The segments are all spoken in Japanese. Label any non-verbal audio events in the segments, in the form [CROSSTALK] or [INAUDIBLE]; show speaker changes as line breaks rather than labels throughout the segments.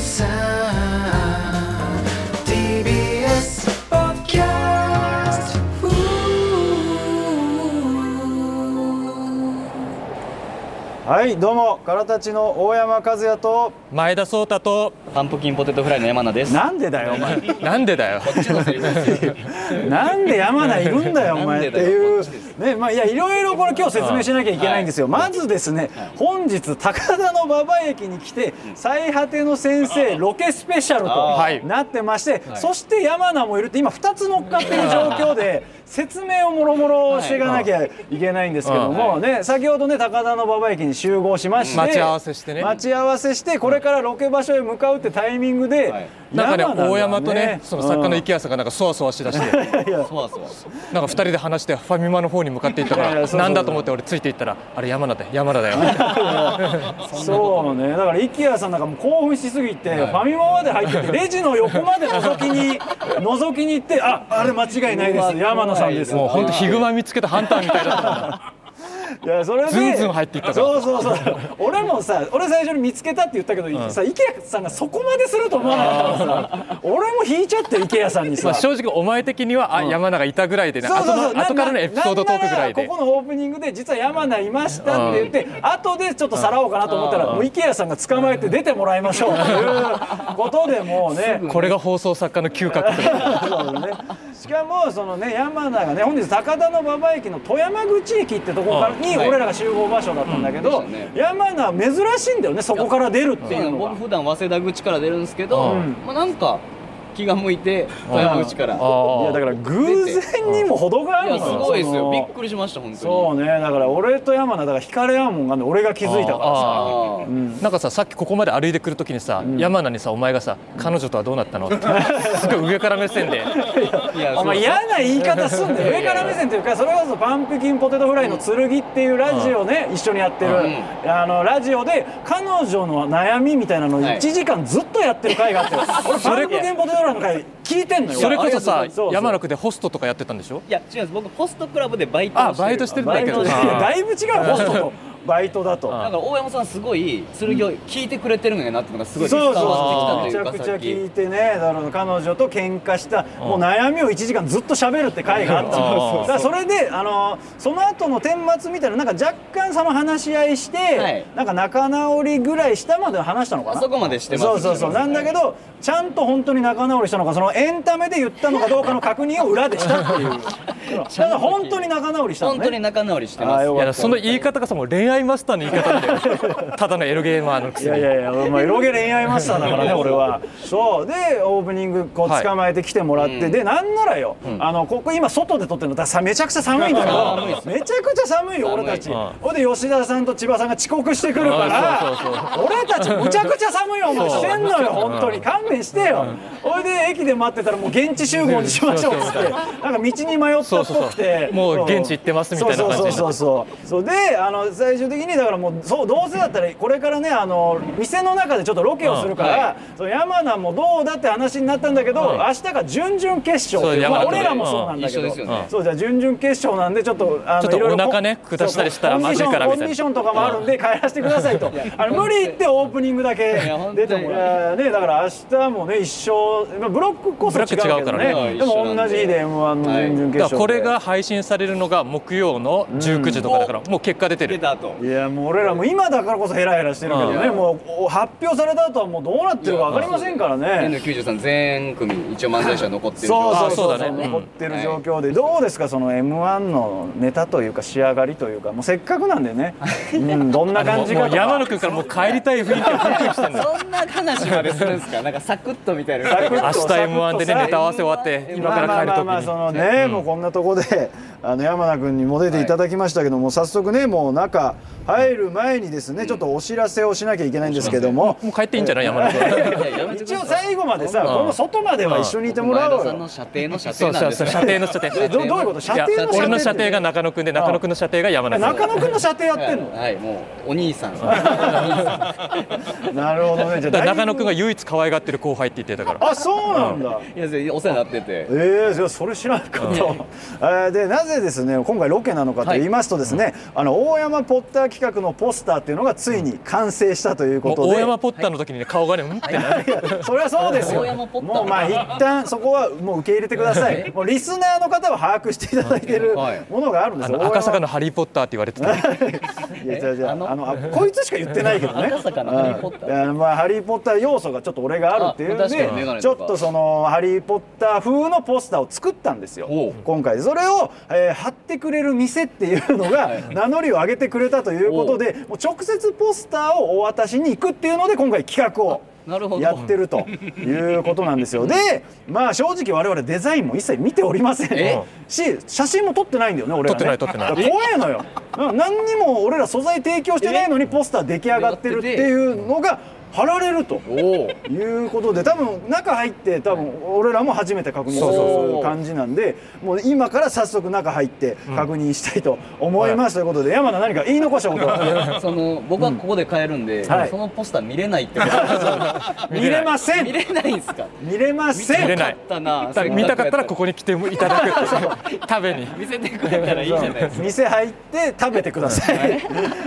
さ TBS ポッキャスト
はいどうもからたちの大山和也と
前田壮太と
パンプキンポテトフライの山名です。
なんでだよお前
なんでだ
[LAUGHS]
よ
なんで山名いるんだよお前っていうねまあいやいろいろこれ今日説明しなきゃいけないんですよ、まずですね、本日高田の馬場駅に来て最果ての先生ロケスペシャル
はい
となってまして、そして山名もいるって今2つ乗っかってる状況で説明をもろもろしていかなきゃいけないんですけどもね先ほどね高田の馬場駅に集合しまして
待ち合わせしてね
待ち合わせしてこれからロケ場所へ向かうってタイミングで、
はい
なんかね
が
大山とねその作家の
うん
池谷さんがなんかそわそわしだして
そうなんですよ
なんか二人で話してファミマの方に向かっていったか
いやいや
ら
そうそう
なんだと思って俺ついていったらあれ山名だよ山名だよ
そうねだから IKEA さんなんかもう興奮しすぎて、ファミマまで入ってて
[LAUGHS]
レジの横まで覗きに覗きに行ってああれ間違いないです山野さんです
もう本当ヒグマ見つけたハンターみたいだったから
いやそれで
ズンズン入っていったから
そうそうそう俺もさ俺最初に見つけたって言ったけど、さ IKEA さんがそこまですると思わなかったからさ俺も引いちゃって IKEA さんにさ、
まあ正直お前的にはあ山名がいたぐらいでね
そうそうそう
後の後からのエピソードトークぐら
な
い
ん
で
ならここのオープニングで実は山名いましたって言って、後でちょっとさらおうかなと思ったら、もう IKEA さんが捕まえて出てもらいましょうということでもうね。
これが放送作家の嗅覚
[LAUGHS] そうね、しかもそのね山名がね本日高田の馬場駅の富山口駅ってとこからに
はい
俺らが集合場所だったんだけど、
うんですよね
山名は珍しいんだよねそこから出るって
そ
い
うな
うんの
僕
が。
普段早稲田口から出るんですけど、
うん
まあなんか気が向いて富山口から。い
いやだから偶然にも程があるの
や
よ
すごいです
そ
よ。
の
びっくりしました本
そ
当に。
うねだから俺と山名だから惹かれ合うもんがあんの俺が気づいたからさ。
あー
なんかささっきここまで歩いてくるときにさ、山名にさお前がさ彼女とはどうなったのってすごい上から目線で
いや
お前
そう
嫌な言い方すんだよ上から目線というかそれこそパンプキンポテトフライの剣っていうラジオね一緒にやってる
う
あのラジオで彼女の悩みみたいなのを
はい
1時間ずっとやってる回があって俺パンプキンポテトフライの回聞いてんのよ
それこそさ
うう
山名君でホストとかやってたんでしょ
いや違うんです。僕ホストクラブでバイトを
あバイトしてるん
バ
だ
イ
け
ト
ど
でいやだいぶ違うホストとバイトだと
だから大山さんすごい剣を聞いてくれてるんやなっていうのがすごい伝
そう
わ
そう
っ
めちゃ
てきたと
く
いうか
ち
さ
ゃ
っき
聞いてねだから彼女と喧嘩したもう悩みを1時間ずっと喋るって回があったのだからそれであのその後の顛末みたいななんか若干その話し合いして、
はい
なんか仲直りぐらい下まで話したのかな
あそこまでしてます
そうそうそうなんだけどちゃんと本当に仲直りしたのかそのエンタメで言ったのかどうかの確認を裏でした
[LAUGHS]
っていうだから本当に仲直りしたのね
本当に仲直りして
あ
ま
ー
す
よ。
いやその言い方がさもう恋愛マスターの言い方なんだ
[LAUGHS]
よただのエロゲーマーのく
い
せ
やい
に
やいや、まあ、エロゲ恋愛マスターだ
[LAUGHS]
からね、俺は。そう、で、オープニング、こう
はい
捕まえてきてもらっ
う
て、
ん
で、なんならよ。あの、ここ今外で撮ってるの、だからさめちゃくちゃ寒いんだけ
寒いっ
ど。
す
めちゃくちゃ寒いよ、俺たち。
寒い
ほんで、吉田さんと千葉さんが遅刻してくるか
うんそうそう
ら。俺たち、むちゃくちゃ寒いよ、お前、
そう
してんのよ、本当に、勘弁してよ。ほいで、駅で待ってたら、もう現地集合にしましょうっつって。なんか道に迷ったっぽ
そう
く
そうそ
て
う。もう現地行ってますみたいな感じ
そうそうそうそうそうそうであの最終的にだからもうそうどうせだったらこれからねあの店の中でちょっとロケをするから、その山名もどうだって話になったんだけど、
は
明日が準々決
そう
勝まあ、
山名とね
俺らもそうなんだけど、
うん一緒ですよね
そうじゃあ準々決勝なんでちょっとあの
ちょっと
いろいろ
お腹ね下したりしたら
そう
まずいから
コ
み
ン
たいな
ディションコンディションとかもあるんで帰らせてくださいと
[LAUGHS]
あの無理言ってオープニングだけ
いや本当
出
に
てもらうねだから明日もね一生まあブロックこそ違うけどね
ブロック違うから
ね
でも同じ日で m 1の準々決
だ
勝
から
で
これが配信されるのが木曜の19時とかだから、もう結果出て
出
る
た後。
いやもう俺らも今だからこそヘラヘラしてるけどね、
うん
もうお発表された後はもうどうなってるか分かりませんからね。
N93 全組一応漫才師は残ってる状
そう
態
そうそ
あそううだね
残ってる状況で、どうですかその M1 のネタというか仕上がりというかもうせっかくなんでね、うん、どんな感じ
も
か
う
とか
山野君からもう帰りたい雰囲気が出てきてんのよ
そんな話までするんですか。なんかサクッとみたいな。
サクッ
明日 m 1でねネタ合わせ終わって今から帰るときに、
まあまあまあまあそのね、もうこんなとこであの山名君にも出ていただきましたけども、早速ねもう中入る前にですね、ちょっとお知らせをしなきゃいけないんですけども、
もう帰っていいんじゃない山
[LAUGHS]
野君
一応最後までさ、この外までは一緒にいてもらおう
前田さん
よ
の。射程の射
そ
程
う
な
そ
ん
う
です
そう
よ。
射程の射程
えどどういうこと射
いや
程の
俺の射
って
程が中野くんで中野くんの射程が山
え
名
中
君
野くんの射程やってんの
はい、もうお兄さん。
なるほどねじゃ
だ
だ
から
いぶ
中野くんが唯一可愛がってる後輩って言ってたから
あそうなんだ。
いやそれお世話になってて
ええじゃあそれ知らなかったわ、えーでなぜですね今回ロケなのかと言いますとですね、あの大山ポッター企画のポスターっていうのがついに完成したというこ
もう
とで、
大山ポッターの時にね顔がねうんってなる
いやそれはそうですよ
大山ポッター
もうまあ一旦そこはもう受け入れてくださいもうリスナーの方は把握していただいてる
はい
ものがあるんで
あ
すよ
の赤坂のハリー・ポッターって言われてた
いやじゃあじゃあ
あの
あのあこいつしか言ってないけどね
赤坂のハリーポッター
うんいやまあハリー・ポッター要素がちょっと俺があるっていうん
あ確かにメガ
で
ネ
ちょ
と
っ
か
とそのハリー・ポッター風のポスターを作ったんですよ
おう
今回それを、えー貼ってくれる店っていうのが名乗りを上げてくれたということでもう直接ポスターをお渡しに行くっていうので今回企画を
なるほど
やってるということなん
[LAUGHS]
ですよでまあ正直我々デザインも一切見ておりません
え
し写真も撮ってないんだよね俺らね
撮ってない撮っ
だか
てない
ら怖えのよな何にも俺ら素材提供してないのにポスター出来上がってるっていうのが貼られると
おお
いうことで多分中入って多分俺らも初めて確認する
そうそう
そう
感じなんでもう今から早速中入って確認したいと思いますということで山名何か言い残したことは
その僕はここで買えるんで、
はい
そのポスター見れないってこと
見れませ
見
ん
れないんすか
見れません
見れない
買ったな
だから見たかったらここに来ていただ [LAUGHS] くっていう食べに
見せてくれたらいいじゃないですか
店入って食べてください。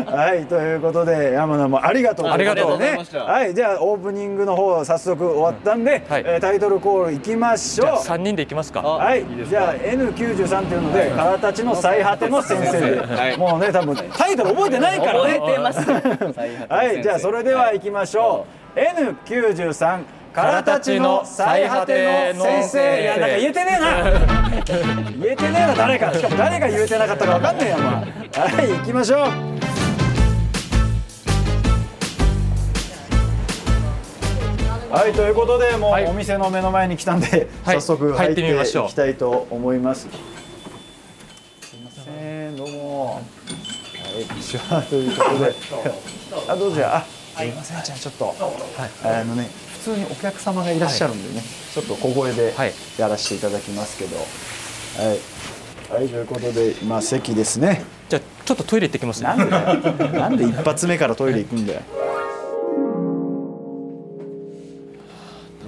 はい、ということで山名もありがとう
ありがとう
こで
ありがとうございました
はい、じゃあオープニングの方早速終わったんで、
はい
えータイトルコールいきまし
じゃ
ょう。
あ3人で行きますか
あ
はい
いいです
じ
か
ゃあ N93 というので「からたちの最果ての先生で」
はい
もうね多分タイトル覚えてないから
覚
ね
えてます
はいじゃあそれでは行きましょう、N93 からたちの最果ての先生いやなんか言えてねえな [LAUGHS] 言えてねえな誰かしかも誰が言えてなかったかわかんねえよお前はい行きましょうはいということでもう
はい
お店の目の前に来たんで、
は
早
い
速入
入
っ
ってて
い
みましょう
きたいと思います、せーどうも。はい、一緒ということで。あ、どうぞ。あ、すいません、じゃあちょっと、はい、あのね、普通にお客様がいらっしゃるんでね、ちょっと小声で
はい
やらせていただきますけど、はい。はい、ということで、今席です [LAUGHS] ね。
じゃあちょっとトイレ行ってきますね
なんでだよなんで一発目からトイレ行くんだよ。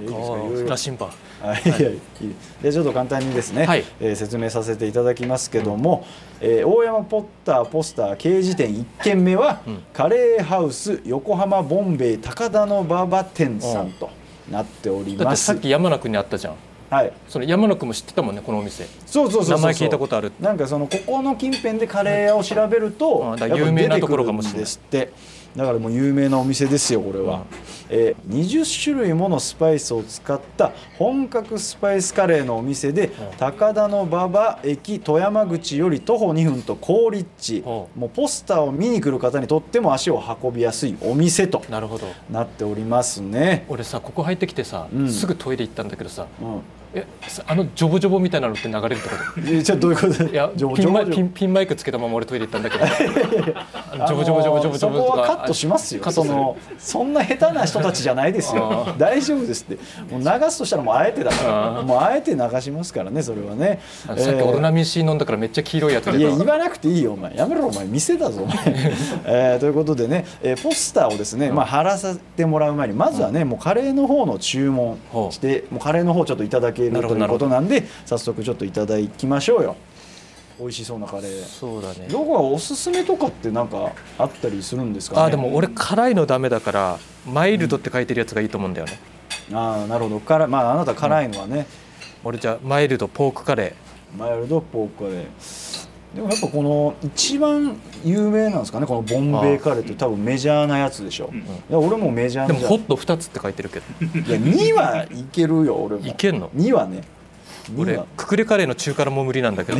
いいですかいろいろ
ラ審判
はいはいいい [LAUGHS] でちょっと簡単にですね、
はい
えー説明させていただきますけども、えー大山ポッターポスター掲示店1軒目は、カレーハウス横浜ボンベイ高田の馬場店さんとなっており
だっ
ま
て
す。
さっき山名君に会ったじゃん
はい、
その山名君も知ってたもんねこのお店
そうそうそうそう
名前聞いたことある
なんかそのここの近辺でカレーを調べる
うん
と
あだから有名なところかもしれない
やっぱ出てくるんですってだからもう有名なお店ですよこれは、えー20種類ものスパイスを使った本格スパイスカレーのお店で、高田の馬場駅富山口より徒歩2分と好立地、も
う
うポスターを見に来る方にとっても足を運びやすいお店と
なるほど
なっておりますね、
俺さここ入ってきてさ、
うん
すぐトイレ行ったんだけどさ
うん
えさあのジョボジョボみたいなのって流れるってこと
えー、じゃあどういうこと
いや
ジョブ
ピ
ジョ
ンマイ
ブジョブ
ピンピンマイクつけたまま俺トイレ行ったんだけどあのジョブジョブジョブジョブジョブ
あのーそこ
とか
はカットしますよ
カッ
そ
トする
のそんな下手な人たちじゃないですよ大丈夫ですってもう流すとしたらもうあえてだから
あー
もうあえて流しますからねそれはね
あのさっきオロナミン C 飲んだからめっちゃ黄色いやつ出た
いや言わなくていいよお前やめろお前店だ
[LAUGHS]
ぞお前、えーということでね、えーポスターをですね、まあ、貼らせてもらう前にまずはね、もうカレーの方の注文
ほう
してもうカレーの方ちょっといただける
なる
と
ほど
い
な
う
る
こ
ほど
となんで早速ちょっといただきましょうよ美味しそうなカレー
そうだね
どこはおすすめとかってなんかあったりするんですかね
あでも俺辛いのダメだからマイルドって書いてるやつがいいと思うんだよね、
ああなるほど辛いまああなた辛いのはね、
俺じゃあマイルドポークカレ
マイルドポークカレーでもやっぱこの一番有名なんですかねこのボンベイカレーって多分メジャーなやつでしょ、いや俺もメジャ
ー
ー
で
な
もホット2つって書い
[LAUGHS]
てるけど
いや2はいけるよ俺も
いけんの
2はね2
俺
は
くくれカレーの中辛も無理なんだけど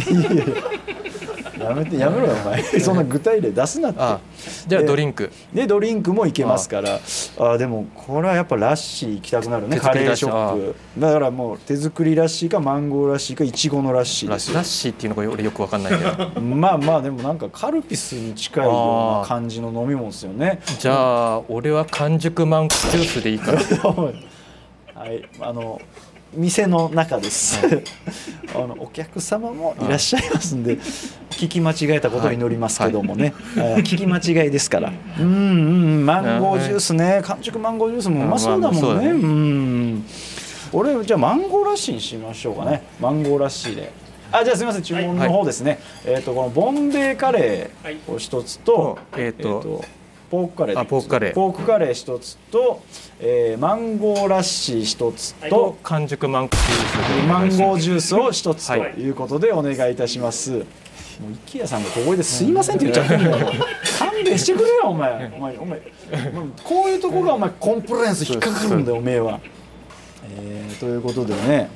やめてやめろよお
[LAUGHS]
前そんな具体例出すなって
あじゃあ
で
ドリンク
でドリンクもいけますからあーでもこれはやっぱラッシー行きたくなるね
手
カ
作り
レー
ラッ
シ
シ
ョ
ー
ップだからもう手作りラッシーかマンゴーラッシーかいちごのラッシー
ラ
で
ッ
す
シ
よ
ーラッシーっていうのが俺よくわかんないんだよね
まあまあでもなんかカルピスに近いような感じの飲み物ですよね。
じゃあ俺は完熟マンゴージュースでいいかな
[LAUGHS] はい、あの店の中です。あのお客様もいらっしゃいますんで、聞き間違えたことを祈りますけどもね、はい聞き間違いです
[LAUGHS]
から。うんうんマンゴージュースね、完熟マンゴージュースもうまそうだもんね。
まあまあそうだね
うん。俺じゃあマンゴーラッシーにしましょうかねマンゴーラッシーであじゃあすみません注文の方ですね、えっ、とこのボンベイカレーを一つと、
はいえーと
ポークカレー
あポークカレー
ポークカレー一つと、えーマンゴーラッシー一つと、
と完熟マンゴージュースでお
マ
願い
ン
しま
ゴー
す
ジュースを一つと
はい
いうことでお願いいたします。もう IKEA さんが小声ですいませんって言っちゃってるんだよ。勘弁してくれよお前。お前お前お前こういうとこがお前コンプライアンス引っかかるんだよおめえは。えーということでね、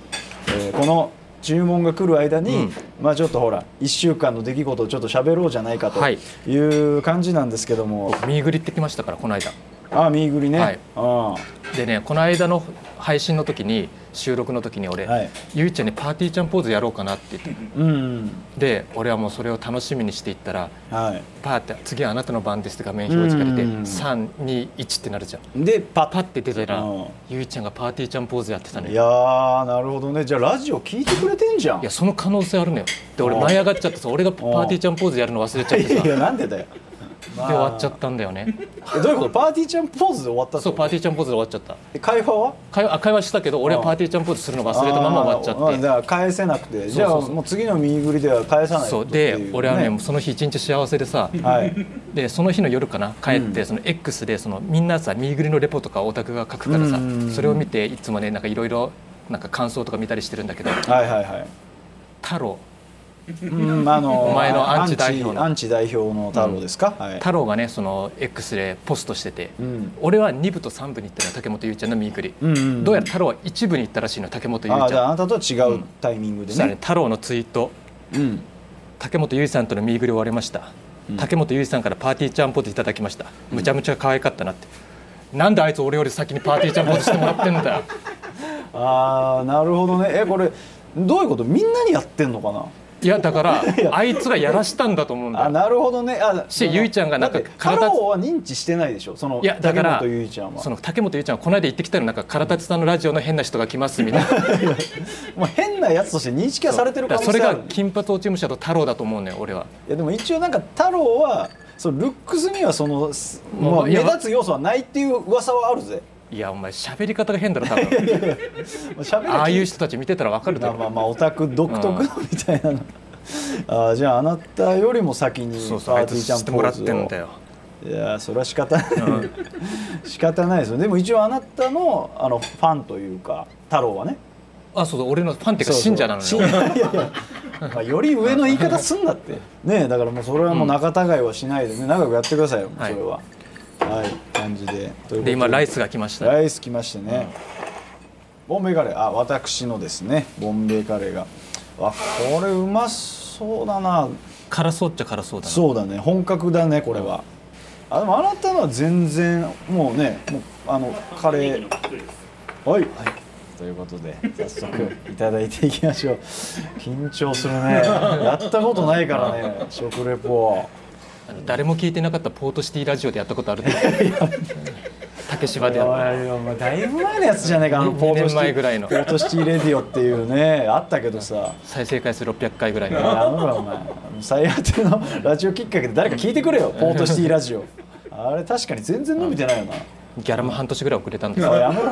えーこの注文が来る間に、
うん
まあちょっとほら1週間の出来事をちょっと喋ろうじゃないか
はい
という感じなんですけども、
見ぐりってきましたからこの間
ああ右ぐりね、
はい
あ
でねこの間の配信の時に収録の時に俺、
あはい
ゆいちゃんにパーティーちゃんポーズやろうかなって言って
うん
で俺はもうそれを楽しみにしていったら
はい
パーって次はあなたの番ですって画面表示が出て
うん
321ってなるじゃん
でパッ
パッて出たら
うん
ゆいちゃんがパーティーちゃんポーズやってたの
い
よ
やーなるほどねじゃあラジオ聞いてくれてんじゃん
いやその可能性あるのよで俺
うん
舞い上がっちゃってさ俺がパーティーちゃんポーズやるの忘れちゃってさ
い
で
やなんでだよ
終わっちゃったんだよね
えどういうことパーティーちゃんポーズで終わった
そうパー
テ
ティーちゃんポーズで終わっちゃった
ィー会話は
会話あ会話したけど俺はパーティーちゃんポーズするの忘れたまま終わっちゃ
あー
っ
あ
て
だから返せなくてじゃあ
そうそうそう
もう次の右繰りでは返さない
そ
とっ
う
ていう
で俺はねその日一日幸せでさ
はい
でその日の夜かな帰っ
う
て
ん
その X でそのみんなさ右ぐりのレポとかオタクが書くからさ
うん
それを見ていつもねなんかいろいろなんか感想とか見たりしてるんだけど
はいはいはい
太郎
うんあの
お前のアンチ代表の
アンチ代表の太郎ですか、はい
太郎がねその X でポストしてて
うん
俺は2部と3部に行ったのよ竹本ゆいちゃんの右ぐり
うんん
どうやら太郎は1部に行ったらしいの竹本ゆ
あ
い
ー
ち
じゃあ
ゃん
あなたとは違うタイミング
そ
で
したらね
ね、
太郎のツイート
うん
竹本ゆいさんとのミーグル終わりました、
うん
竹本ゆいさんからパーティーちゃんポーズいただきましたむちゃむちゃ可愛かったなって、なんであいつ俺より先にパーティーちゃんポーズしてもらってんだよ
ああなるほどねえこれどういうことみんなにやってんのかない
や
[LAUGHS]
だからあいつがやらしたんだと思うんだ
あ
よ
なるほどねあ
しゆいちゃんがなんか
だって
体
太郎は認知してないでしょその
いやだから
竹本ゆいちゃんは
その竹本ゆいちゃんはこの間行ってきたのなんか唐立さんのラジオの変な人が来ますみたいな
[LAUGHS] もう変なやつとして認識はされてる可
だ
能
からそれ
性あ
が
るい
金髪落ち武者と太郎だと思うのよ俺は
やでも一応なんか太郎はそのルックスにはそのす
もう
もう
い
目
や
立つ要素はないっていう噂はあるぜ
いやお前喋り方が変だろ多
[LAUGHS]
分
もう喋る
ああいう人たち見てたらわかるだ
まあ
ろ
まあまあオタク独特のみたいなの、あーじゃああなたよりも先に
そうそう
パー
あい
テ
つ
ィーちゃん
して
ポ
もら
ー
っ
ズ
てんだ
を
よ
いやーそれは仕方ない、 [LAUGHS] 仕方ないですよでも一応あなたのあのファンというか太郎はね
あそうそう俺のファンっていうか信者なの
そう
よ
そう信者いやいやまあより上の言い方すんなってねえだからもうそれはもう仲違いはしないでね長くやってくださいよ、
はい
それははい感じでということ
で今ライスが来ました
ライス来ましてね、ボンベイカレーあ私のですねボンベイカレーがあこれうまそうだな
辛そうっちゃ辛そうだな
そうだね本格だねこれは、あでもあなたのは全然もうねもうあのカレーはい、ということで早速いただいていきま [LAUGHS] しょう緊張するね [LAUGHS] やったことないからね食レポ
あの誰も聞いてなかったポートシティラジオでやったことあるんだ竹芝
い
で
や
やっ
いやまあだいぶ前のやつじゃないかあのポートシティ
二年前ぐらいの
ポートシティレディオっていうねあったけどさ
た再生回数600回ぐらいの
やめろお前最果てのラジオきっかけで誰か聞いてくれ [LAUGHS] よポートシティラジオあれ確かに全然伸びてないよな
ギャラも半年ぐらい遅れたんで
[LAUGHS]
す
おい
よ
やめろ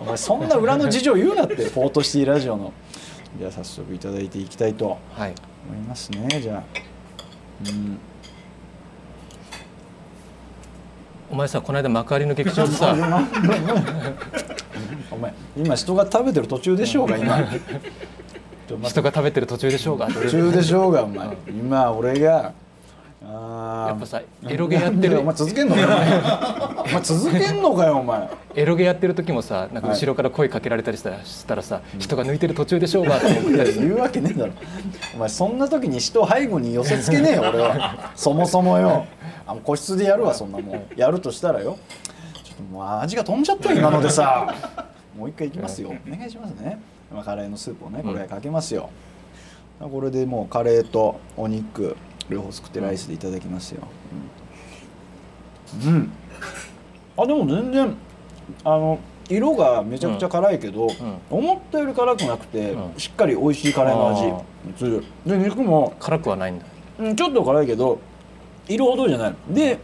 お前そんな裏の事情言うなってポートシティラジオのじゃあ早速いただいていきたいと思
はい
いますねじゃあうん
お前さこの間幕張の劇場
[LAUGHS]
でさ
お前今人が食べてる途中でしょうが今
人が食べてる途中でしょうがって
途中でしょうがお前今俺があー
やっぱさエロゲやってる
お前続けんのかよお前お前続けんのかよお前
エロゲやってる時もさなんか後ろから声かけられたりしたらしたらさ人が抜いてる途中でしょうがって思っ
い
た
や
りする
言うわけねえだろお前そんな時に人を背後に寄せつけねえよ俺はそもそもよあもう個室でやるわそんなもんやるとしたらよちょっともう味が飛んじゃったよ今のでさもう一回いきますよお願いしますね今カレーのスープをねこれかけますよ、これでもうカレーとお肉両方すくってライスでいただきますようん、うんあでも全然あの色がめちゃくちゃ辛いけど、思ったより辛くなくて、
うん
しっかり美味しいカレーの味するで肉も、
辛くはないんだ
うん、ちょっと辛いけど色ほどじゃないで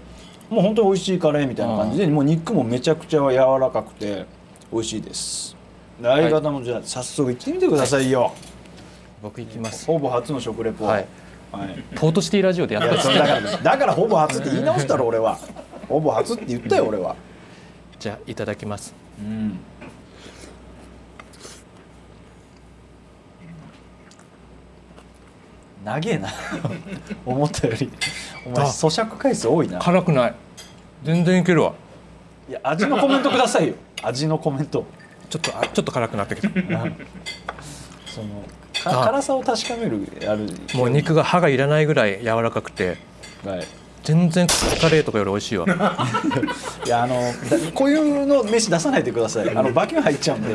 もう本当に美味しいカレーみたいな感じで、もう肉もめちゃくちゃ柔らかくて美味しいです相方もじゃあ早速行ってみてくださいよ、
僕行きます
ほぼ初の食レポ
はい
はい
ポートシティラジオでやったやつ
だからだからほぼ初って言い直したろ俺はほぼ初って言ったよ俺は
じゃあいただきます
うん長えな [LAUGHS] 思ったよりお前
あ
咀嚼回数多いな
辛くない全然いけるわ
いや味のコメントくださいよ味のコメント
ちょっとあちょっと辛くなってき
[LAUGHS]
た
そのか
あ
辛さを確かめるある
もう肉が歯がいらないぐらい柔らかくて
はい
全然カレーとかより美味
[LAUGHS]
しいわ
いやあのだこういうの飯出さないでくださいあのバキュン入っちゃうんで、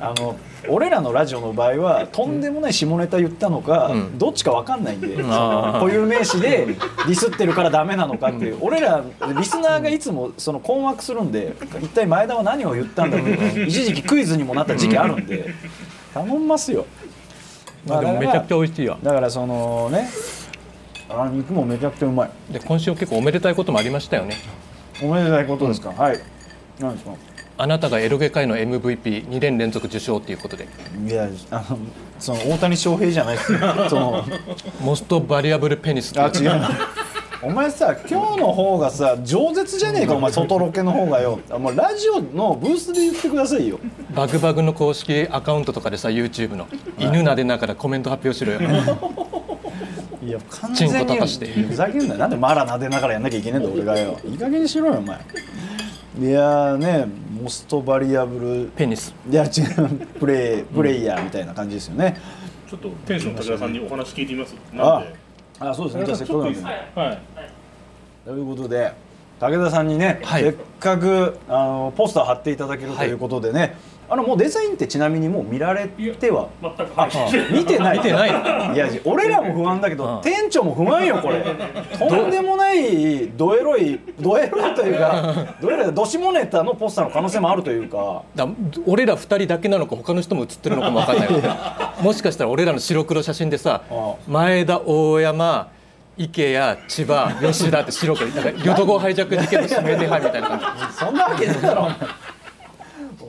あの俺らのラジオの場合はとんでもない下ネタ言ったのか、
ん
どっちか分かんないんで、そ
あ
の
ー
固有名詞でディスってるからダメなのかっていう、俺らリスナーがいつもその困惑するんで一体前田は何を言ったんだろう一時期クイズにもなった時期あるんで、頼みますよ。まあ
でもめちゃくちゃ美味しいわ
だからそのねあ肉もめちゃくちゃうまい
で今週結構おめでたいこともありましたよね
おめでたいことですか、はい何ですか
あなたがエロゲ界の MVP2 年連続受賞っていうことで
いやあのその大谷翔平じゃない
[LAUGHS]
ですよその
モストバリアブルペニスってい
あ
う
違うなお前さ今日の方がさ饒舌じゃねえかお前外ロケの方がよあもうラジオのブースで言ってくださいよ
バグバグの公式アカウントとかでさ YouTube の犬撫でながらコメント発表しろよ
いや完
全
全
にチンコ
に
立たして
ふざけんなよなんでマラ撫でながらやんなきゃいけねえんだ俺がよいい加減にしろよお前いやーねモストバリアブ
ペニス
ルいや違うプレイプレイヤーみたいな感じですよね、
ちょっとテンション高田さんにお話聞いてみます。なん
あ
で。
あそうですね
高
じゃ
田
あ
さ
せ
んちょっといで
っかくないんですね
か。はい。
ということで武田さんにね、
はい
せっかくあのポスター貼っていただけるということでね、あのもうデザインってちなみにもう見られては
全くはい。
[LAUGHS] 見てない
見てない
いや俺らも不安だけど、
うん
店長も不安よこれとんでもないドエロいドエロいというかドエロいどしもネタのポスターの可能性もあるというか
だ俺ら2人だけなのか他の人も写ってるのかも分かんないわもしかしたら俺らの白黒写真でさ
あ
前田大山池谷千葉吉田って白黒なんか淀号敗弱事件の指名手配みたいな感じ
そんなわけねえだろお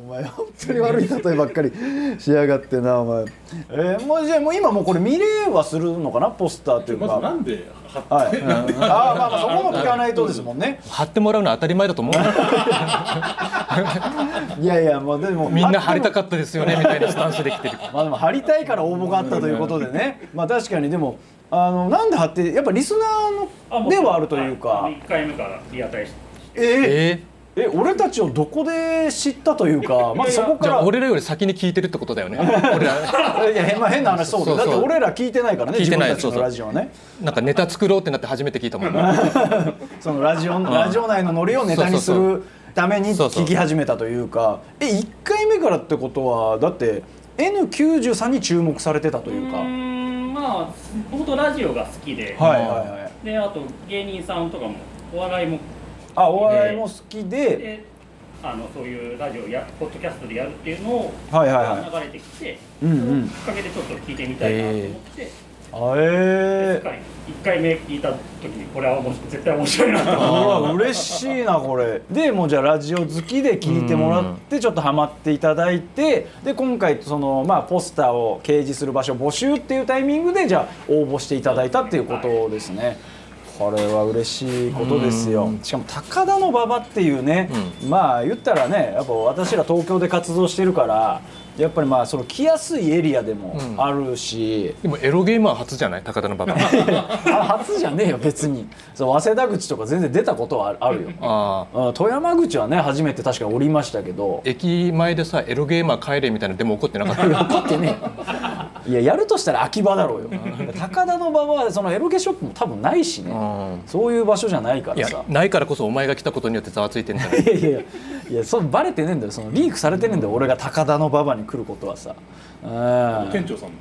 前お前本当に悪い例えばっかりしやがってなお前えー、もうじゃあもう今もうこれ見れはするのかなポスターというか
まずなんで貼っ
はい、あーまあまあそこも聞かないとですもんね
貼ってもらうのは当たり前だと思う
いやいやもうでも
みんな貼りた
か
かったですよねみたいなスタンスで来てる
まあでも貼りたいから応募があったということでねまあ確かにでもあのなんで貼ってやっぱリスナーのではあるというか
1回目からリアタイして
ええ
え
え俺たちをどこで知ったというかまずそこ
ー
か
じゃ
ら
あ俺らより先に聞いてるってことだよね [LAUGHS] 俺ら
[LAUGHS] いやまあ変な話そうだ
そうそう
だって俺ら聞いてないからね
聞い
自
て
分
ない
たちのラジオはね
なんかネタ作ろうってなって初めて聞いたもんね
そのラジオラジオ内のノリをネタにす
そうそう
るために
そうそう
聞き始めたというかえ1回目からってことはだって N93 に注目されてたというか
うーんまあ本当ラジオが好きで、
はいはいはい
であと芸人さんとかもお笑いも
あお笑いも好きで
であのそういうラジオやポッドキャストでやるっていうのを、
はいはいは
流れてきて、
うんうん
そのきっかけでちょっと聞いてみたいなと思って、
あえー
1回目聞いた時にこれはもう絶対面白いなと
う
思って
わ嬉しいなこれでもうじゃあラジオ好きで聞いてもらってちょっとハマっていただいてで今回そのまあポスターを掲示する場所募集っていうタイミングでじゃあ応募していただいたっていうことですねこれは嬉しいことですよしかも高田の馬場っていうね、まあ言ったらねやっぱ私ら東京で活動してるからやっぱりまあその来やすいエリアでもあるし、
でもエロゲーマー初じゃない高田の馬 [LAUGHS] 場
あ初じゃねえよ別にそう早稲田口とか全然出たことはあるよ
ああ
あ富山口はね初めて確かおりましたけど
駅前でさエロゲーマー帰れみたいなでも怒ってなかった
怒ってねえよいややるとしたら秋葉だろうよ高田の場はそのエロゲショップも多分ないしね
う
そういう場所じゃないか
い
らさ
やないからこそお前が来たことによってざわついてんじゃない
いやいやいやいやそうバレてねえんだよそのリークされてねえんだよ俺が高田の馬場に来ることはさうん
店長さんも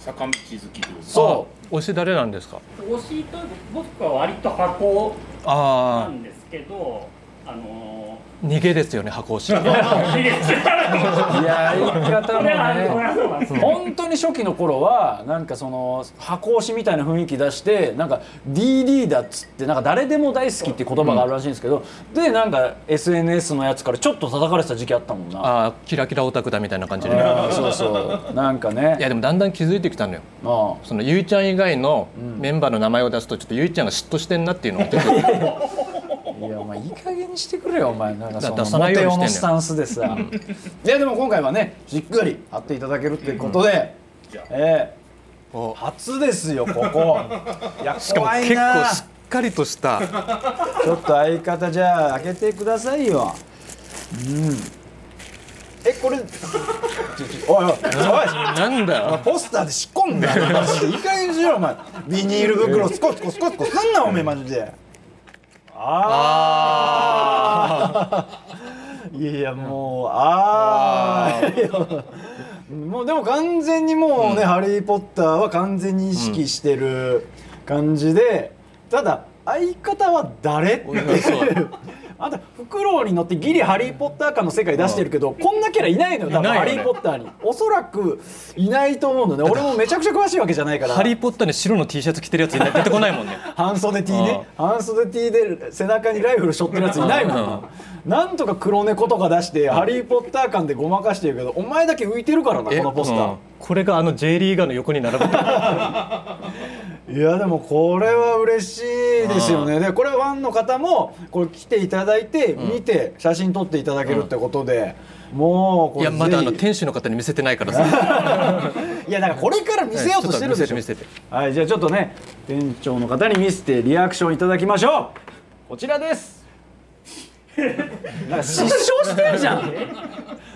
坂道好きってことですか。
そ
推し誰なんですか
推しと僕は割と箱
あ
なんですけどあのー
逃げですよね箱押し
いや
いややり方
そ
も
れはあのこれ
ね
はそうなんです
本当に初期の頃はなんかその箱押しみたいな雰囲気出してなんか DD だっつってなんか誰でも大好きっていう言葉があるらしいんですけど、でなんか SNS のやつからちょっと叩かれてた時期あったもんな
ああキラキラオタクだみたいな感じで
あーそうそうなんか
い
ね
やでもだんだん気づいてきたのよ
あ
そのゆいちゃん以外のメンバーの名前を出すとちょっとゆいちゃんが嫉妬してんなっていうのを [LAUGHS] 出てくる
あいやお前いい加減にしてくれよお前なんかそ
だ
の
出さな
モ
いよう
テ
に
男
してんねん
のスタンスでさいやでも今回はねじっくり会っていただけるってことで、
じゃあ
ええ
お
初ですよここいや
[LAUGHS] しかも
怖い
結
な
構しっかりと [LAUGHS] した
ちょっと相方じゃあ開けてくださいよ。うん。えこれ。ちょちょおいおいおい。
なんだ
お前
よ
ポスターで仕込んだよマジでいい加減にしろお前ビニール袋スコスコスコスコすんなお前マジでああいやいやもうああもうでも完全にもうね「ハリー・ポッター」は完全に意識してる感じでただ相方は誰っていうあんたフクロウに乗ってギリ「ハリー・ポッター」感の世界出してるけどこんなキャラいないのよ多分「
いない
ハ
よ
リ
ね
ー・ポッター」におそらくいないと思うのね俺もめちゃくちゃ詳しいわけじゃないから
ハリー・ポッターに白の T シャツ着てるやついない出てこないも [LAUGHS] んね
半袖 T ね半袖 T で背中にライフル背負ってるやついないもんななんとか黒猫とか出して「ハリー・ポッター」感でごまかしてるけどお前だけ浮いてるからなこのポスタ
う
ー
ん。これがあの J リーガーの横に並ぶ [LAUGHS] って
いやでもこれは嬉しいですよねでこれファンの方もこれ来ていただいて見て写真撮っていただけるってことで、もうこ
い
れ
やまだあの
ぜひ
店主の方に見せてないから [LAUGHS] さ
いやだからこれから見せようとしてるでしょ、
見せて見せ
はいじゃあちょっとね店長の方に見せてリアクションいただきましょうこちらですなんか失笑してるじゃん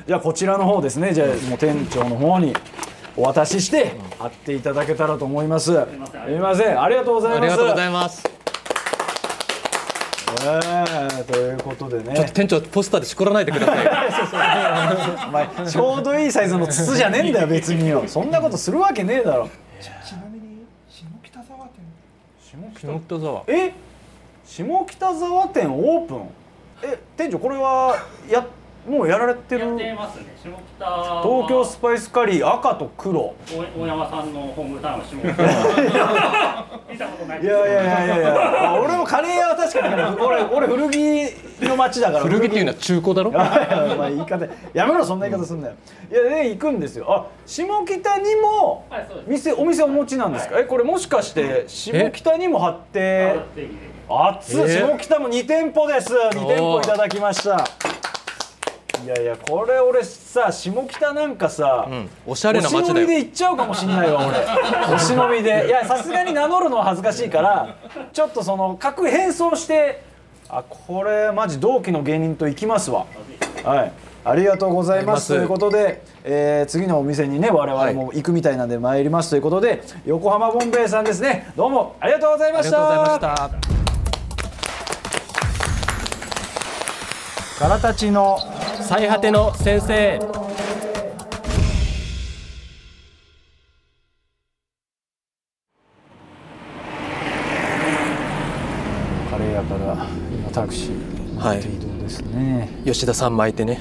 じゃあこちらの方ですねじゃあもう店長の方にお渡しして貼っていただけたらと思いますすみませんありがとうございま
あ
す
りがとうございますち
ええということで
ょっ
ね
と店長ポスターでしこらないでくださいよ
お前ちょうどいいサイズの筒じゃねえんだよ別によそんなことするわけねえだろ
ちなみに下北沢店
下北沢
え下北沢店オープンえ店長これはやもうやられて
や
る
ってますね下北は
東京スパイスカリー赤と黒
大大山さんのホームタウン下北見たことない
いやいやいやいやいやあ俺もカレー屋は確かにね俺俺古着の街だから
古着っていうのは中古だろ
[LAUGHS] お前言い方やめろそんな言い方すんなよ、いやで行くんですよあ下北にも
はいそうです
店お店お持ちなんですか、えこれもしかして下北にも貼って
あぜひ
熱
ぜひ
い
え
下北も2店舗です2店舗いただきましたいやいやこれ俺さ下北なんかさ、
うんおしゃれな街
お忍
だ
びで
よ
行っちゃうかもしんないわ
[LAUGHS]
俺お忍びでいやさすがに名乗るのは恥ずかしいからちょっとその格変装してあこれマジ同期の芸人と行きますわはいありがとうございますと
あ
い
り
う
がと
こ
う
とで、えー次のお店にね我々も行くみたいなんで参りますということで、横浜ボンベイさんですねどうもありがとうございま
あ
し
り
た
がとうございました
ガラタチの
最果ての先生
カレー屋から今タクシー乗って移動ですね、
吉田さん巻いてね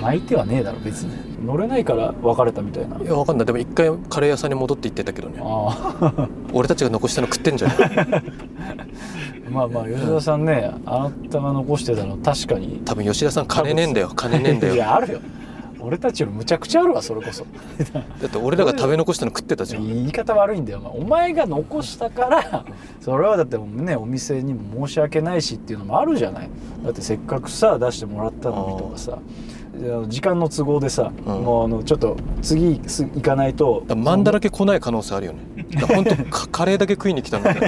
巻いてはねえだろ別に乗れないから別れたみたいない
やわかんないでも一回カレー屋さんに戻って行ってたけどね
ああ
俺たちが残したの食ってんじゃん
[LAUGHS] まあまあ吉田さんねあなたが残してたの確かに
多分吉田さん金ねえんだ [LAUGHS] よ金ねえんだ
い
よ
やあるよ俺たちよりむちゃくちゃあるわそれこそ
だって俺らが食べ残したの食ってたじゃん
言い方悪いんだよお前お前が残したからそれはだってもうねお店にも申し訳ないしっていうのもあるじゃないだってせっかくさ出してもらったのにとかさであの時間の都合でさ、もうあのちょっと次す行かないと
だからマンだらけ来ない可能性あるよね
[LAUGHS]
だから本当かカレーだけ食いに来たのに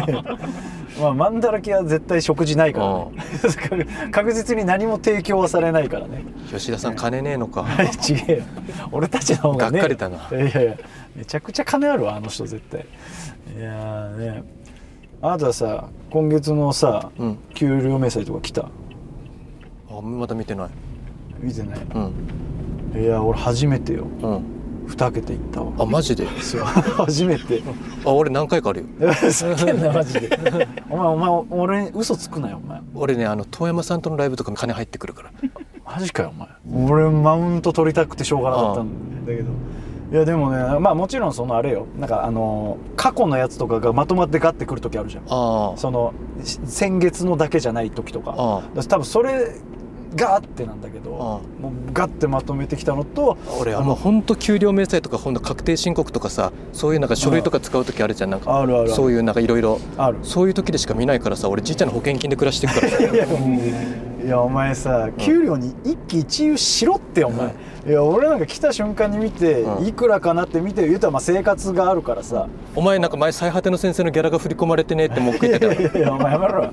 まあ、マンダラキは絶対食事ないからね [LAUGHS] 確実に何も提供はされないからね
吉田さん金ねえのか
[LAUGHS] ちげえよ俺たちの方がね
がっかりだない
やいやめちゃくちゃ金あるわあの人絶対いやーねあなたさ今月のさ、
うん
給料明細とか来た
あまだ見てない
見てない
うん
いや俺初めてよ
うん
2桁いったわ
あマジで
そう [LAUGHS] 初め
[LAUGHS]
て
あ俺何回かあるよ
ふざけんなマジ
[LAUGHS]
でお前お前俺に嘘つくなよお前
俺ねあの遠山さんとのライブとか金入ってく
[LAUGHS]
るから
マジかよお前俺マウント取りたくてしょうがなかったんだけどいやでもねまあもちろんそのあれよなんかあの過去のやつとかがまとまってガッてくる時あるじゃん
ああ
そのし先月のだけじゃない時とか
ああ
だから多分それがあってなんだけど
あ
もうガッてまとめてきたのと
俺あの本当給料明細とか本当確定申告とかさそういうなんか書類とか使う時あるじゃんなんか
あるあるある
そういうなんかいろいろ
ある
そういう時でしか見ないからさ俺じいちゃんの保険金で暮らしてるからさ
[LAUGHS] いやお前さ給料に一喜一憂しろってお前、いや俺なんか来た瞬間に見て、
うん
いくらかなって見て言うたらまあ生活があるからさ、
お前なんか前最果ての先生のギャラが振り込まれてねって文句言ってたよ
い [LAUGHS] やいやお前やめろ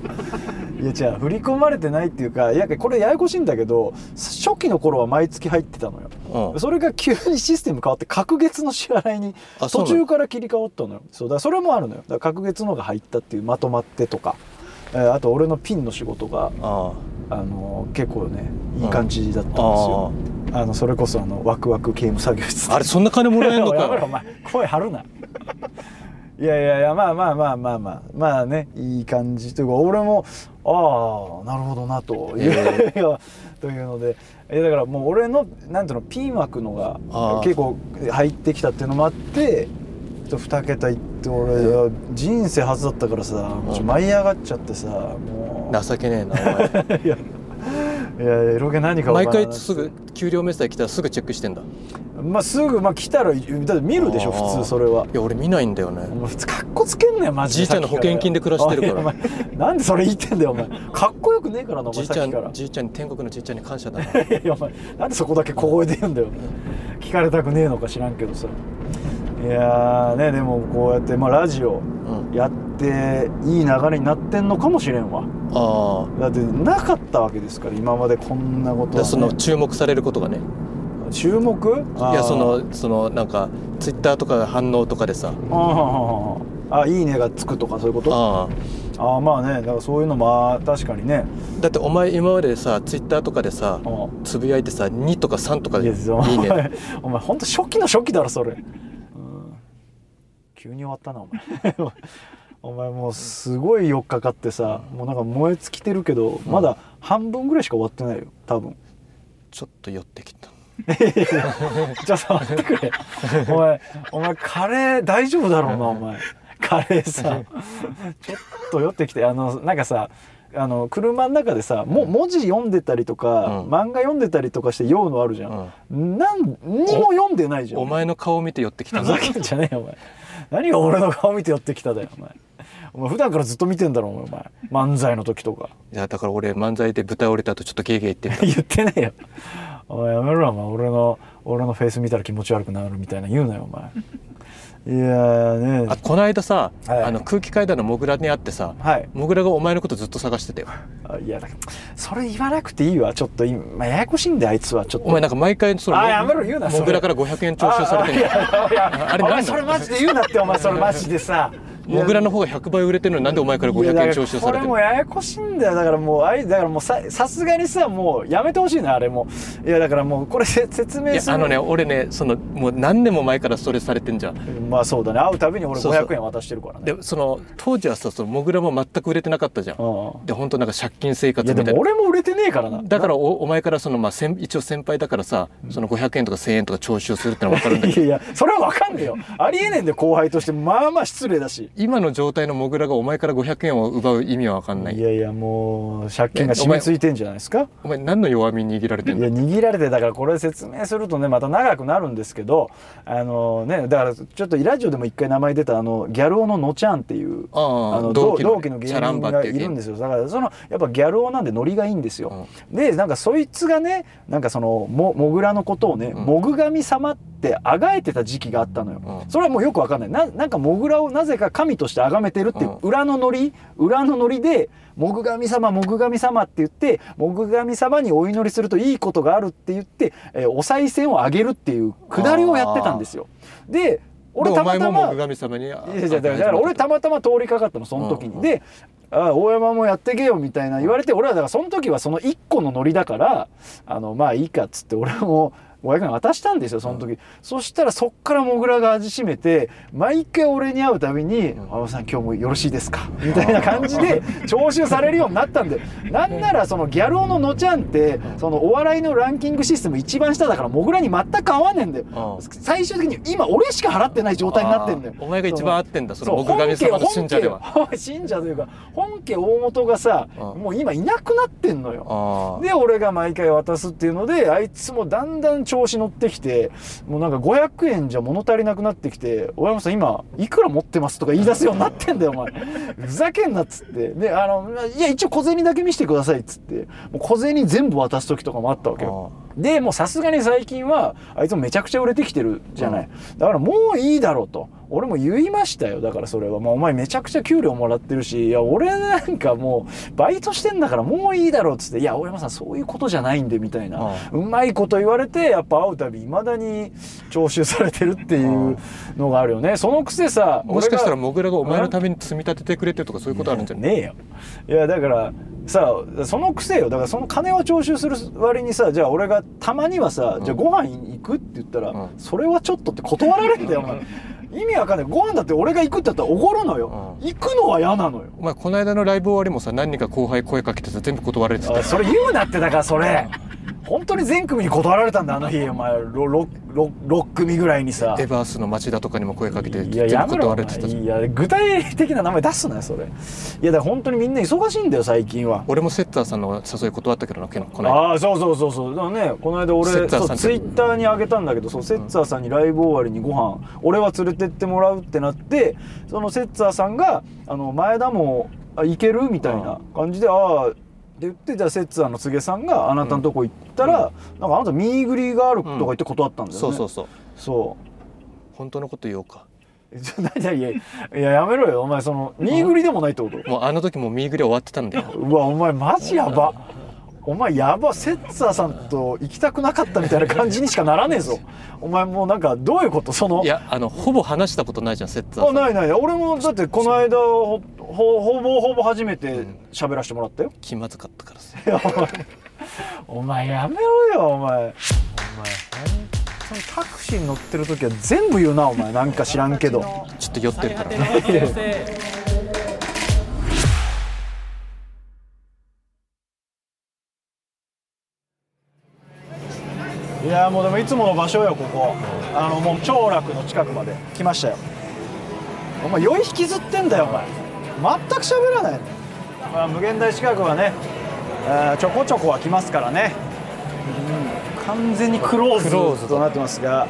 いやじゃあ振り込まれてないっていうかいやこれややこしいんだけど初期の頃は毎月入ってたの [LAUGHS] よ、
うん
それが急にシステム変わって隔月の支払いに
あそう
途
なの
中から切り替わったのよそうだからそれもあるのよだから隔月のが入ったっていうまとまってとか、えーあと俺のピンの仕事が
あ
あの結構ねいい感じだったんですよ、あのそれこそあのワクワク刑務作業室
ああれそんな金もらえん
[LAUGHS]
の
やめろお
か
前声張るないやいやいやまあまあまあまあまあまあねいい感じというか俺もああなるほどなという、
え
いやというのでえだからもう俺のなんていうのピン枠のが
あー
結構入ってきたっていうのもあってちょっと2桁いって俺、人生初だったからさもうちょっと舞い上がっちゃってさもう
情けねえなお前
いやいや色気何かわ [LAUGHS]
毎
からない
回すぐ給料明細来たらすぐチェックしてんだ
まあすぐまあ来たらだって見るでしょ
あー
普通それはい
や俺見ないんだよね
もうかっこつけんなよマジで
じいちゃんの保険金で暮らしてるから
おいお前なんでそれ言ってんだよお前かっこよくねえからなお
じ
前
い
さっ
ちゃ
きか
ん
ら
じいちゃんに天国のじいちゃんに感謝だな
[LAUGHS] いやお前なんでそこだけ小声で言うんだよ聞かれたくねえのか知らんけどさいやーねでもこうやって、まあ、ラジオ
ん
やっていい流れになってんのかもしれんわ
ああ
だってなかったわけですから今までこんなこと
で
は、
その
ね、
注目されることがね
注目
いやそ
あー
のそのなんかツイッターとか反応とかでさ
あーあいいねがつくとかそういうこと
ああ
ああまあねだからそういうのもあー確かにね
だってお前今までさツイッターとかでさ
あ
つぶやいてさ2とか3とか
い
でい
やお前
いね
お前ほんと初期の初期だろそれ、うん急に終わったなお前 [LAUGHS] お前もうすごい4日かかってさもうなんか燃え尽きてるけどまだ半分ぐらいしか終わってないよ多分
ちょっと寄ってきた
ちょっと待って [LAUGHS] くれお前お前カレー大丈夫だろうなお前カレー [LAUGHS] さちょっと寄ってきてあのなんかさあの車の中でさも文字読んでたりとか、
うん
漫画読んでたりとかして酔うのあるじゃん、なんにも読んでないじゃん
お前の顔を見て寄ってきた
ふざけんじゃねえよお前何が俺の顔見て寄ってきただよお前お前普段からずっと見てんだろお前お前漫才の時とか
いやだから俺漫才で豚折れた後ちょっとゲーゲー言
[LAUGHS]
って
言ってねえよお前やめろお前俺の俺のフェイス見たら気持ち悪くなるみたいな言うなよお前いやーね
たあこの間さ、
はい
あの空気階段のモグラに会ってさ、
はい
モグラがお前のことずっと探してたよ
あいやだからそれ言わなくていいわちょっと今、まあ、ややこしいんだよあいつはちょっと
お前なんか毎回それ
あやめろ言うなそれ
モグラから500円徴収されてる
あいやいやいや
あれ
お前
何なの
それマジで言うなってお前それマジでさ
[LAUGHS] モグラの方が100倍売れてるのになんでお前から
いやだら
500円徴収
こ
されて
れ
る
もややこしいんだよだからもうあいだからもうささすがにさもうやめてほしいなあれもいやだからもうこれせ説
い
明
や
する
あのね俺ねそのもう何年も前からそれされてんじゃん
まあそうだね会うたびに俺
そうそう
500円渡してるからね
でその当時はさそのモグラも全く売れてなかったじゃん
うんうん
で本当なんか借金生
い
活
や
みた
で
い
も
な
俺も売れてねえからな
だからおお前からその、まあ、先一応先輩だからさ、その500円とか1000円とか徴収するってのは分かるんだ
い
けど
やいやそれは分かんねえよありえねえんで後輩としてまあまあ失礼だし
今の状態のモグラがお前から500円を奪う意味は分かんないい
やいやもう借金が締め付いてんじゃないですか
お前何の弱み握られてん
い
の
や握られてだからこれ説明するとねまた長くなるんですけどあのねだからちょっとラジオでも一回名前出たあのギャル男ののちゃんっていう
ああ
の同
同
期
期
の
の
芸
チャラ
人
ンバっ
が
て
い
いう芸人
るんですよだからそのやっぱギャル男なんでノリがいいんですよ、でなんかそいつがねなんかそのモモグラのことをね、
ん
モグ神様ってあがえてた時期があったのよ、
うん
それはもうよくわかんないななんかモグラをなぜか神として崇めてるっていう裏のノリ裏のノリで「モグ神様モグ神様」って言ってモグ神様にお祈りするといいことがあるって言って、えーお賽銭をあげるっていうくだりをやってたんですよ。で俺
で
たま
お前
た
も
ま
モグ神様にいや
いやいやだからだから俺たまたま通りかかったのその時に、
うんうん
で「あ大山もやってけよ」みたいな言われて俺はだからその時はその1個のノリだからあのまあいいかっつって俺も500円渡したんですよその時、そしたらそっからモグラが味しめて毎回俺に会うたびに「青、う、さん今日もよろしいですか?」みたいな感じで徴収されるようになったんでなんならそのギャル男ののちゃんってそのお笑いのランキングシステム一番下だからモグラに全く合わねえんだよ、
うん
最終的に今俺しか払ってない状態になってんだよ
あーお前が一番合ってんだその
う
僕神様の信者では
本家本家信者というか本家大元がさ
あ
もう今いなくなってんのよ
あー
で俺が毎回渡すっていうのであいつもだんだん調子乗ってきてもうなんか500円じゃ物足りなくなってきて「大山さん今いくら持ってます?」とか言い出すようになってんだよお前ふざけんなっつってであの「いや一応小銭だけ見せてください」っつってもう小銭全部渡す時とかもあったわけよでもうさすがに最近はあいつもめちゃくちゃ売れてきてるじゃない、だからもういいだろうと俺も言いましたよだからそれは、まあ、お前めちゃくちゃ給料もらってるしいや俺なんかもうバイトしてんだからもういいだろうっつって「いや大山さんそういうことじゃないんで」みたいな、うまいこと言われてやっぱ会うたびいまだに徴収されてるっていうのがあるよねそのくせさ
もしかしたら
俺が
モグラがお前のために積み立ててくれてるとかそういうことあるんじゃない
ねえよいやだからさその癖よだからその金を徴収する割にさじゃあ俺がたまにはさ、じゃあご飯行くって言ったら、
うん
それはちょっとって断られるんだよお前
[LAUGHS]
意味わかんないご飯だって俺が行くって言ったらおごるのよ、
う
行くのは嫌なのよ
お前この間のライブ終わりもさ何人か後輩声かけてさ全部断られてた
あそれ言うなってだからそれ本当に全組に断られたんだあの日お前 6, 組ぐらいにさ
エヴァースの町田とかにも声かけて
いや
全
や
部
めろ
断
お
られてたじゃ
前
ん
いや具体的な名前出すなよそれいやだから本当にみんな忙しいんだよ最近は
俺もセッターさんの誘い断ったけどなけのこの間
ああそうそうそうそうだからねこの間俺
セッツァー
そ
さ
うん
って
ツイッターにあげたんだけどそうセッツァーさんにライブ終わりにご飯俺は連れてってもらうってなってそのセッツァーさんが「あの前田もあ行ける?」みたいな感じで「ああ」って言ってじゃあセッツァーの柘植さんがあなたのとこ行ったら、なんかあなたミーグリがあるとか言って断ったんだよね、
そうそうそう
そう [LAUGHS]
本当のこと言おうか
ちょ何いやいややめろよお前そのミーグリでもないってこと
もうあの時もうミーグリ終わってたんだ
[LAUGHS]
よ
うわお前マジやばお前やばセッツァーさんと行きたくなかったみたいな感じにしかならねえぞお前もうなんかどういうことその
いやあのほぼ話したことないじゃんセッター
あ
さん
ないない俺もだってこの間ほほほぼほぼ初めて喋らせてもらったよ、
気まずかったからさ
いやお前お前やめろよお前お前そのタクシーに乗ってる時は全部言うなお前なんか知らんけど
ちょっと酔ってるから
いやもうでもいつもの場所よここあのもう長楽の近くまで来ましたよお前酔い引きずってんだよお前全く喋らないね、まあ、無限大近くはねあーちょこちょこは来ますからね、うん、完全にクロ
クロ
ー
ーズ
ズ
だ
となってますが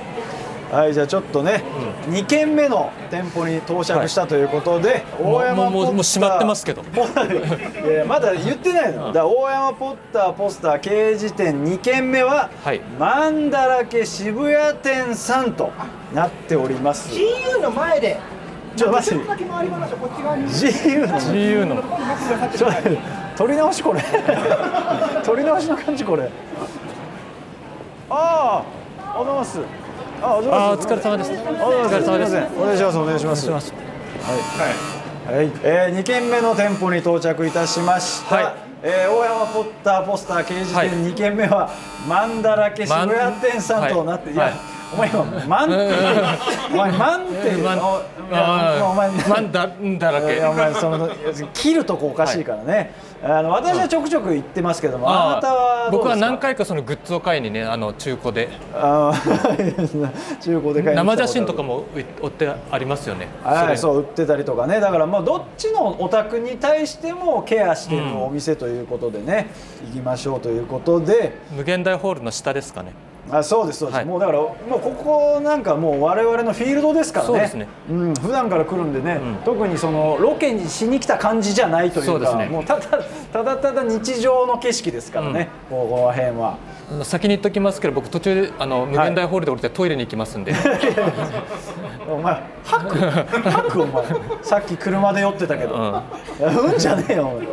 はいじゃあちょっとね、二2軒目の店舗に到着したということで、大山
もうも
ポッター
うもう閉まってますけど
もういやまだ言ってないの、だから大山ポッターポスター掲示店2軒目は、
はい
マンだらけ渋谷店さんとなっております
金融の前で
ちょっと待
ち
っ
ょっとだけ回りましょうこっち側に
て GU の
自由の
ちょっと待って撮り直しこ
[LAUGHS]
れ撮り直しの感じこれああおはようございますあお疲
あーお疲れ様です
お疲
れ様です
お願いしますお願いしますはい、えー、2軒目の店舗に到着いたしました、
はい
えー大山ポッターポスター掲示
はい
店2軒目は、マンだらけ渋谷店さんとなって、
はい
いや、
はい
お前今マンってお前マンっておいやお前
マンだんだら
いやお
け
前その切るとこおかしいからね、あの私はちょくちょく行ってますけどもあなたはどう
僕
で
は
すか
何回かそのグッズを買いにねあの中古で
あー [LAUGHS] 中古で買いに来たことある
生写真とかも売ってありますよね
はい、
それ
そう売ってたりとかねだからまあどっちのお宅に対してもケアしてるお店ということでね、行きましょうということで
無限大ホールの下ですかね
あそうですそうです、
はい
もうだからもうここなんかもう我々のフィールドですからね
そうですね
うん、普段から来るんでね、
ん
特にそのロケにしに来た感じじゃないというか
そうですね
もうただただただ日常の景色ですからね、ここら辺は。
先に言っときますけど僕途中であの無限大ホールで降りてトイレに行
[LAUGHS]
きますんで、
お前ハクハクお前さっき車で酔ってたけど、
うん
うん、じゃねえよお前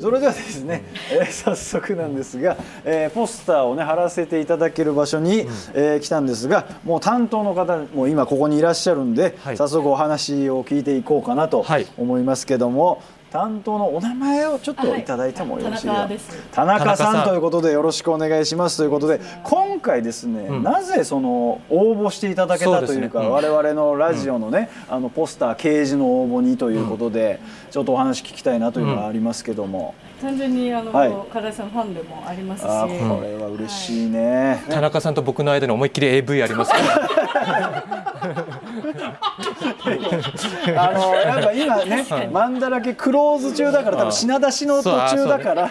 それではですね、えー早速なんですが、えーポスターをね貼らせていただける場所に、えー来たんですがもう担当の方も今ここにいらっしゃるんで、
はい
早速お話を聞いていこうかなと
はい
思いますけども、担当のお名前をちょっといただいてもよろしい
は
か
い田中です
田中
田中
さ
さ
ん
ん
ということでよろしくお願いしますということで今回ですね、
ん
なぜその応募していただけたというか
そうですねうん
我々のラジオのね、あのポスター掲示の応募にということで、ちょっとお話聞きたいなというのがありますけども、
単純にあの、
はい
唐井さんのファンでもありますし
ああこれは嬉しいね、
田中さんと僕の間に思いっきり AV あ
[LAUGHS]
りますから
あのやっぱ今ね
確かに
マンだらけクローズ中だから多分品出しの途中だから、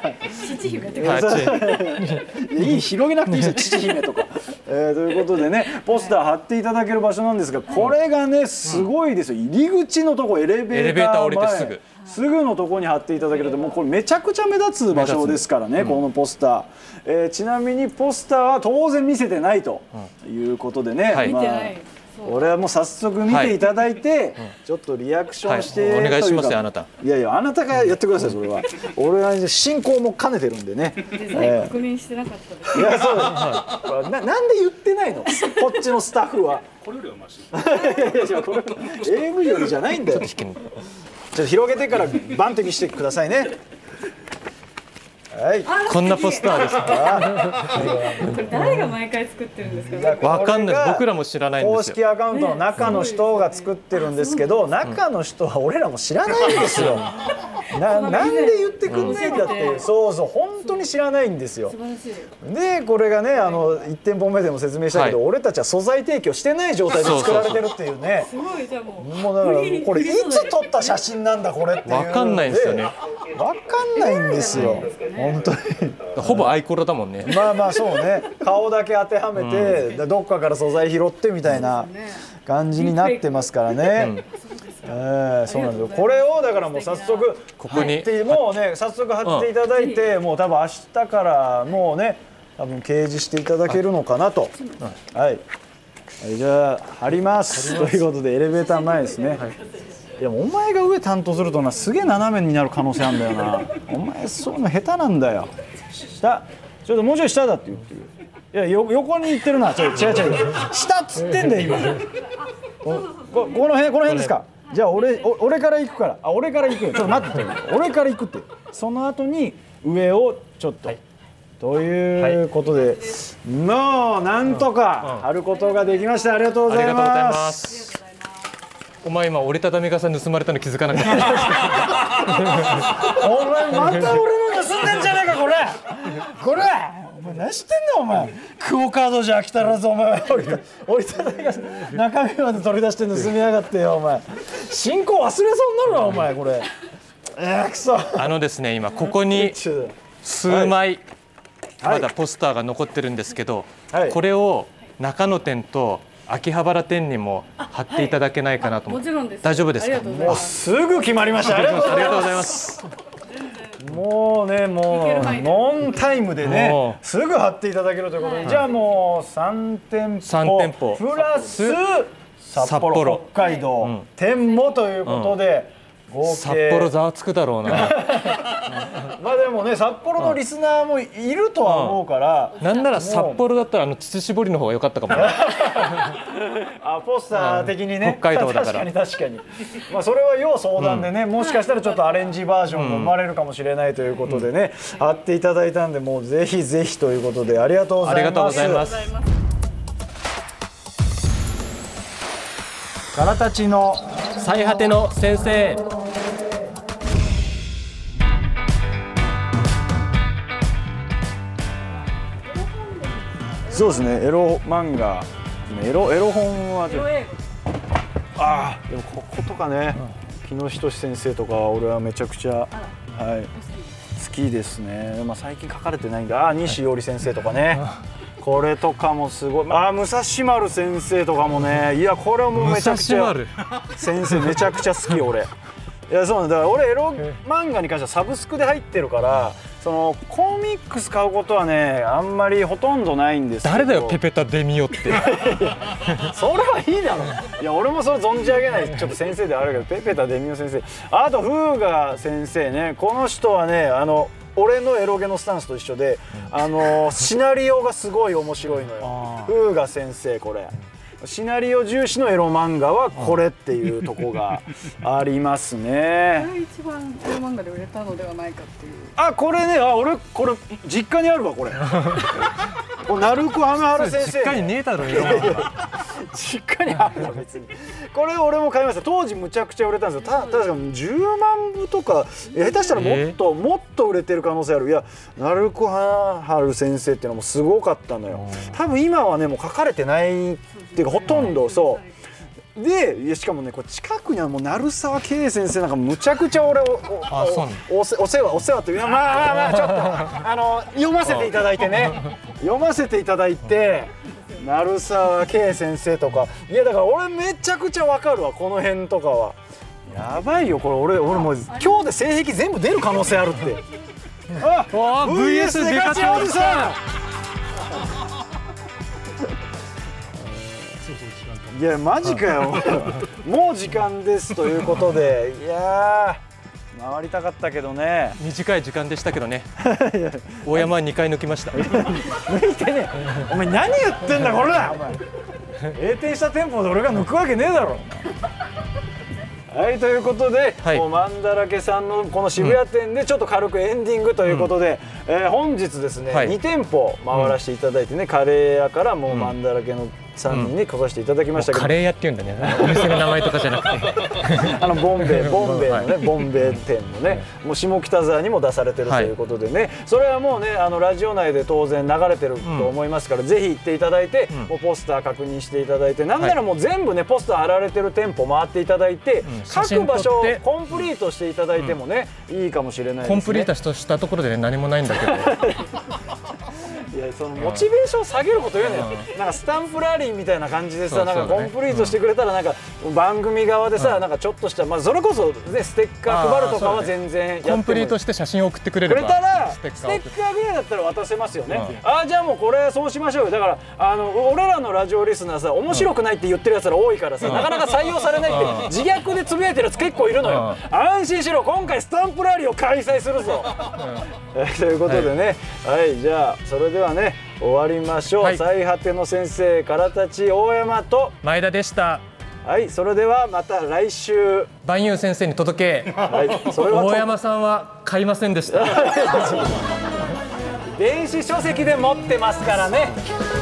父姫って
はいつい
いい広げなくていいですよ父姫とか、 [LAUGHS] えーということでねポスター貼っていただける場所なんですがこれがねすごいですよ入り口のとこエレベーター前
エレベーター降りてすぐ
すぐのとこに貼っていただけるともうこれめちゃくちゃ目立つ場所ですからね、このポスター、えーちなみにポスターは当然見せてないということでね、
はい
見てない、そう
俺はもう早速見ていただいて、ちょっとリアクションして、
はいお願いしますよ
とうか
あなた
いやいやあなたがやってくださいそれは俺は進行も兼ねてるんで
[LAUGHS]
ね
デ
え
ザ
ー
イン確認してなかったです
いやそうですななんで言ってないのこっちのスタッフは
これよりはマシ
いやいやいやこれ AV よりじゃないんだよちょ
引きに
っと広げてからバンテにしてくださいねはい
[LAUGHS] こんなポスター
[LAUGHS]
です
これ [LAUGHS] 誰が毎回作ってるんですかね
わか
これ
んない
が
僕らも知らないん
公
です
式
よ
アカウントの中の人が作ってるんですけど中の人は俺らも知らないんですよななんで言ってくんないんだっていうそうそう本当に知らないんですよ
素晴らしい
でこれがねあの1店舗目でも説明したけど、
はい
俺たちは素材提供してない状態で作られてるっていうね
すごいじゃあもう
もうだからもうこれいつ撮った写真なんだこれっていう
わかんないんですよね
わかんないんですよ本当に
ほぼアイコロだもんね
まあまあそうね顔だけ当てはめて、どっかから素材拾ってみたいな感じになってますからね、えーそうなんですよこれをだからもう早速こ
こに
もうね早速貼っていただいて、もう多分明日からもうね多分掲示していただけるのかなとはい、はいじゃあ貼りますということでエレベーター前ですね、いやお前が上担当するとなすげえ斜めになる可能性あるんだよなお前そういうの下手なんだよ下ちょっともうちょい下だって言ってるいやよ横に行ってるなちょ違う違う違う下っつってんだ [LAUGHS] よ今こここの辺この辺ですかじゃあ俺お俺から行くからあ俺から行くよちょっと待って俺から行くってその後に上をちょっと、ということで、もうなんとか貼ることができましたありがとうご
あ
ざ
り
い
がとうござい
ま
ますすお前今折りたたみ傘盗まれたの気づかなかった
お前また俺の盗んでんじゃねえかこれこれお前何してんだお前クオカードじゃ飽き足らずお前折りた折りたたみが中身まで取り出して盗みやがってよお前進行忘れそうになるわお前これえー、くそ [LAUGHS]
あのですね今ここに
ちょっと
数枚
はい
まだポスターが残ってるんですけど、
はい
これを中野店と秋葉原店にも貼っていただけないかなと思
も
って、
ちろんです
大丈夫です
あり
か
がとうございます
すぐ決まりましたありがとうござ
あり
い
がとう
ま
ご
す
ざいます
もうねも
る
う
範囲で
ノンタイムでね
も
すぐ貼っていただけるということで、じゃあもう3店舗
三店舗
プラス札幌
札幌
北海道、店もということで、合計
札幌ざわつくだろうな
まあでもね札幌のリスナーもいるとは思うから、
なんなら札幌だったらあの乳搾りの方が良かったかもね
あポスター的にね、
北海道だから
確かに確かに、まあ、それは要相談でね、もしかしたらちょっとアレンジバージョンも生まれるかもしれないということでね、貼っていただいたんでもうぜひぜひということでありがとうござ
あ
います
りがとうございます
ガラタチの
最果ての先生
そうですねエロ漫画エロエロ本はちょっとああでもこことかね、木下先生とかは俺はめちゃくちゃはい好きですね、まあ、最近書かれてないんだあー西織先生とかね、これとかもすごいあー武蔵丸先生とかもねいやこれはもうめちゃくちゃ
武蔵
先生めちゃくちゃ好き
[LAUGHS]
俺いやそうなんだだから俺エロ漫画に関してはサブスクで入ってるからそのコミックス買うことはねあんまりほとんどないんですけど
誰だよペペタデミオって
それはいいだろいや俺もそれ存じ上げないちょっと先生ではあるけどペペタデミオ先生あとフーガ先生ねこの人はねあの俺のエロゲのスタンスと一緒で、あのシナリオがすごい面白いのよフーガ先生これシナリオ重視のエロ漫画はこれっていうとこがありますね
れが一番この漫画で売れたのではないかっていう
あこれねあ俺これ実家にあるわ [LAUGHS] これこれ鳴子花春先生
実家にねえだろエロ漫画
実家にあるの別に [LAUGHS] これ俺も買いました当時むちゃくちゃ売れたんですよた確か10万部とか下手したらもっと、もっと売れてる可能性あるいや鳴子花春先生っていうのもすごかったのよ多分今はねもう書かれてないっていうかほとんどそう。でいやしかもねこれ近くにはもう鳴沢圭先生なんかむちゃくちゃ俺をお
あそうな
おお世お世話お世話というまあまあまあちょっとあの読ませていただいてね読ませていただいて鳴沢圭先生とかいやだから俺めちゃくちゃわかるわこの辺とかはやばいよこれ俺俺もう今日で性癖全部出る可能性あるってあ
わー VS
で
デ
か
カ
ち
ちゃ
お
ん
じさんいやマジか
[LAUGHS]
よもう時間ですということでいやー回りたかったけどね
短い時間でしたけ [LAUGHS] どね大山2回抜きました
抜いてねえお前何言ってんだこれだお前閉店した店舗で俺が抜くわけねえだろはいということで、
はい
こうマンだらけさんのこの渋谷店でちょっと軽くエンディングということで、えー本日ですね、
はい
2店舗回らせていただいてね、カレー屋からもうマンだらけのさんにね来させていただきましたけど、
カレー屋っていうんだねお店の名前とかじゃなくて
[LAUGHS] あのボンベイボンベイのね
はい
ボンベイ店のねもう下北沢にも出されてるということでね、それはもうねあのラジオ内で当然流れてると思いますから、ぜひ行っていただいて、もうポスター確認していただいてなんならもう全部ねポスター貼られてる店舗回っていただいて、
写
各
真撮
場
って
所をコンプリートしていただいてもね、いいかもしれないですね。
コンプリートしたところでね何もないんだけど
いやそのモチベーション下げること言うのよ、なんかスタンプラリーみたいな感じでさ、
そう
なんか
そう
コ
だね
ンプリートしてくれたらなんか番組側でさ、なんかちょっとした、まあ、それこそ、ね、ステッカー配るとかは全然やってもいい
コンプリートして写真を送ってくれ
く
れ
れ
ば
たらス
ス
テ
テ
ッ
ッ
カ
カー送っ
ーぐらいだったら渡せますよね、
う
ああじゃあもうこれそうしましょうよだからあの俺らのラジオリスナーさ面白くないって言ってるやつら多いからさ、なかなか採用されないって自虐でつぶやいてるやつ結構いるのよ、安心しろ今回スタンプラリーを開催するぞ、え [LAUGHS] ということでねはい、じゃあそれではね終わりましょう、
はい
最果ての先生からたち大山と
前田でした
はいそれではまた来週
万有先生に届 [LAUGHS] け
はいそれはと
大山さんは買いませんでした
電子書籍で持ってますからね
「君の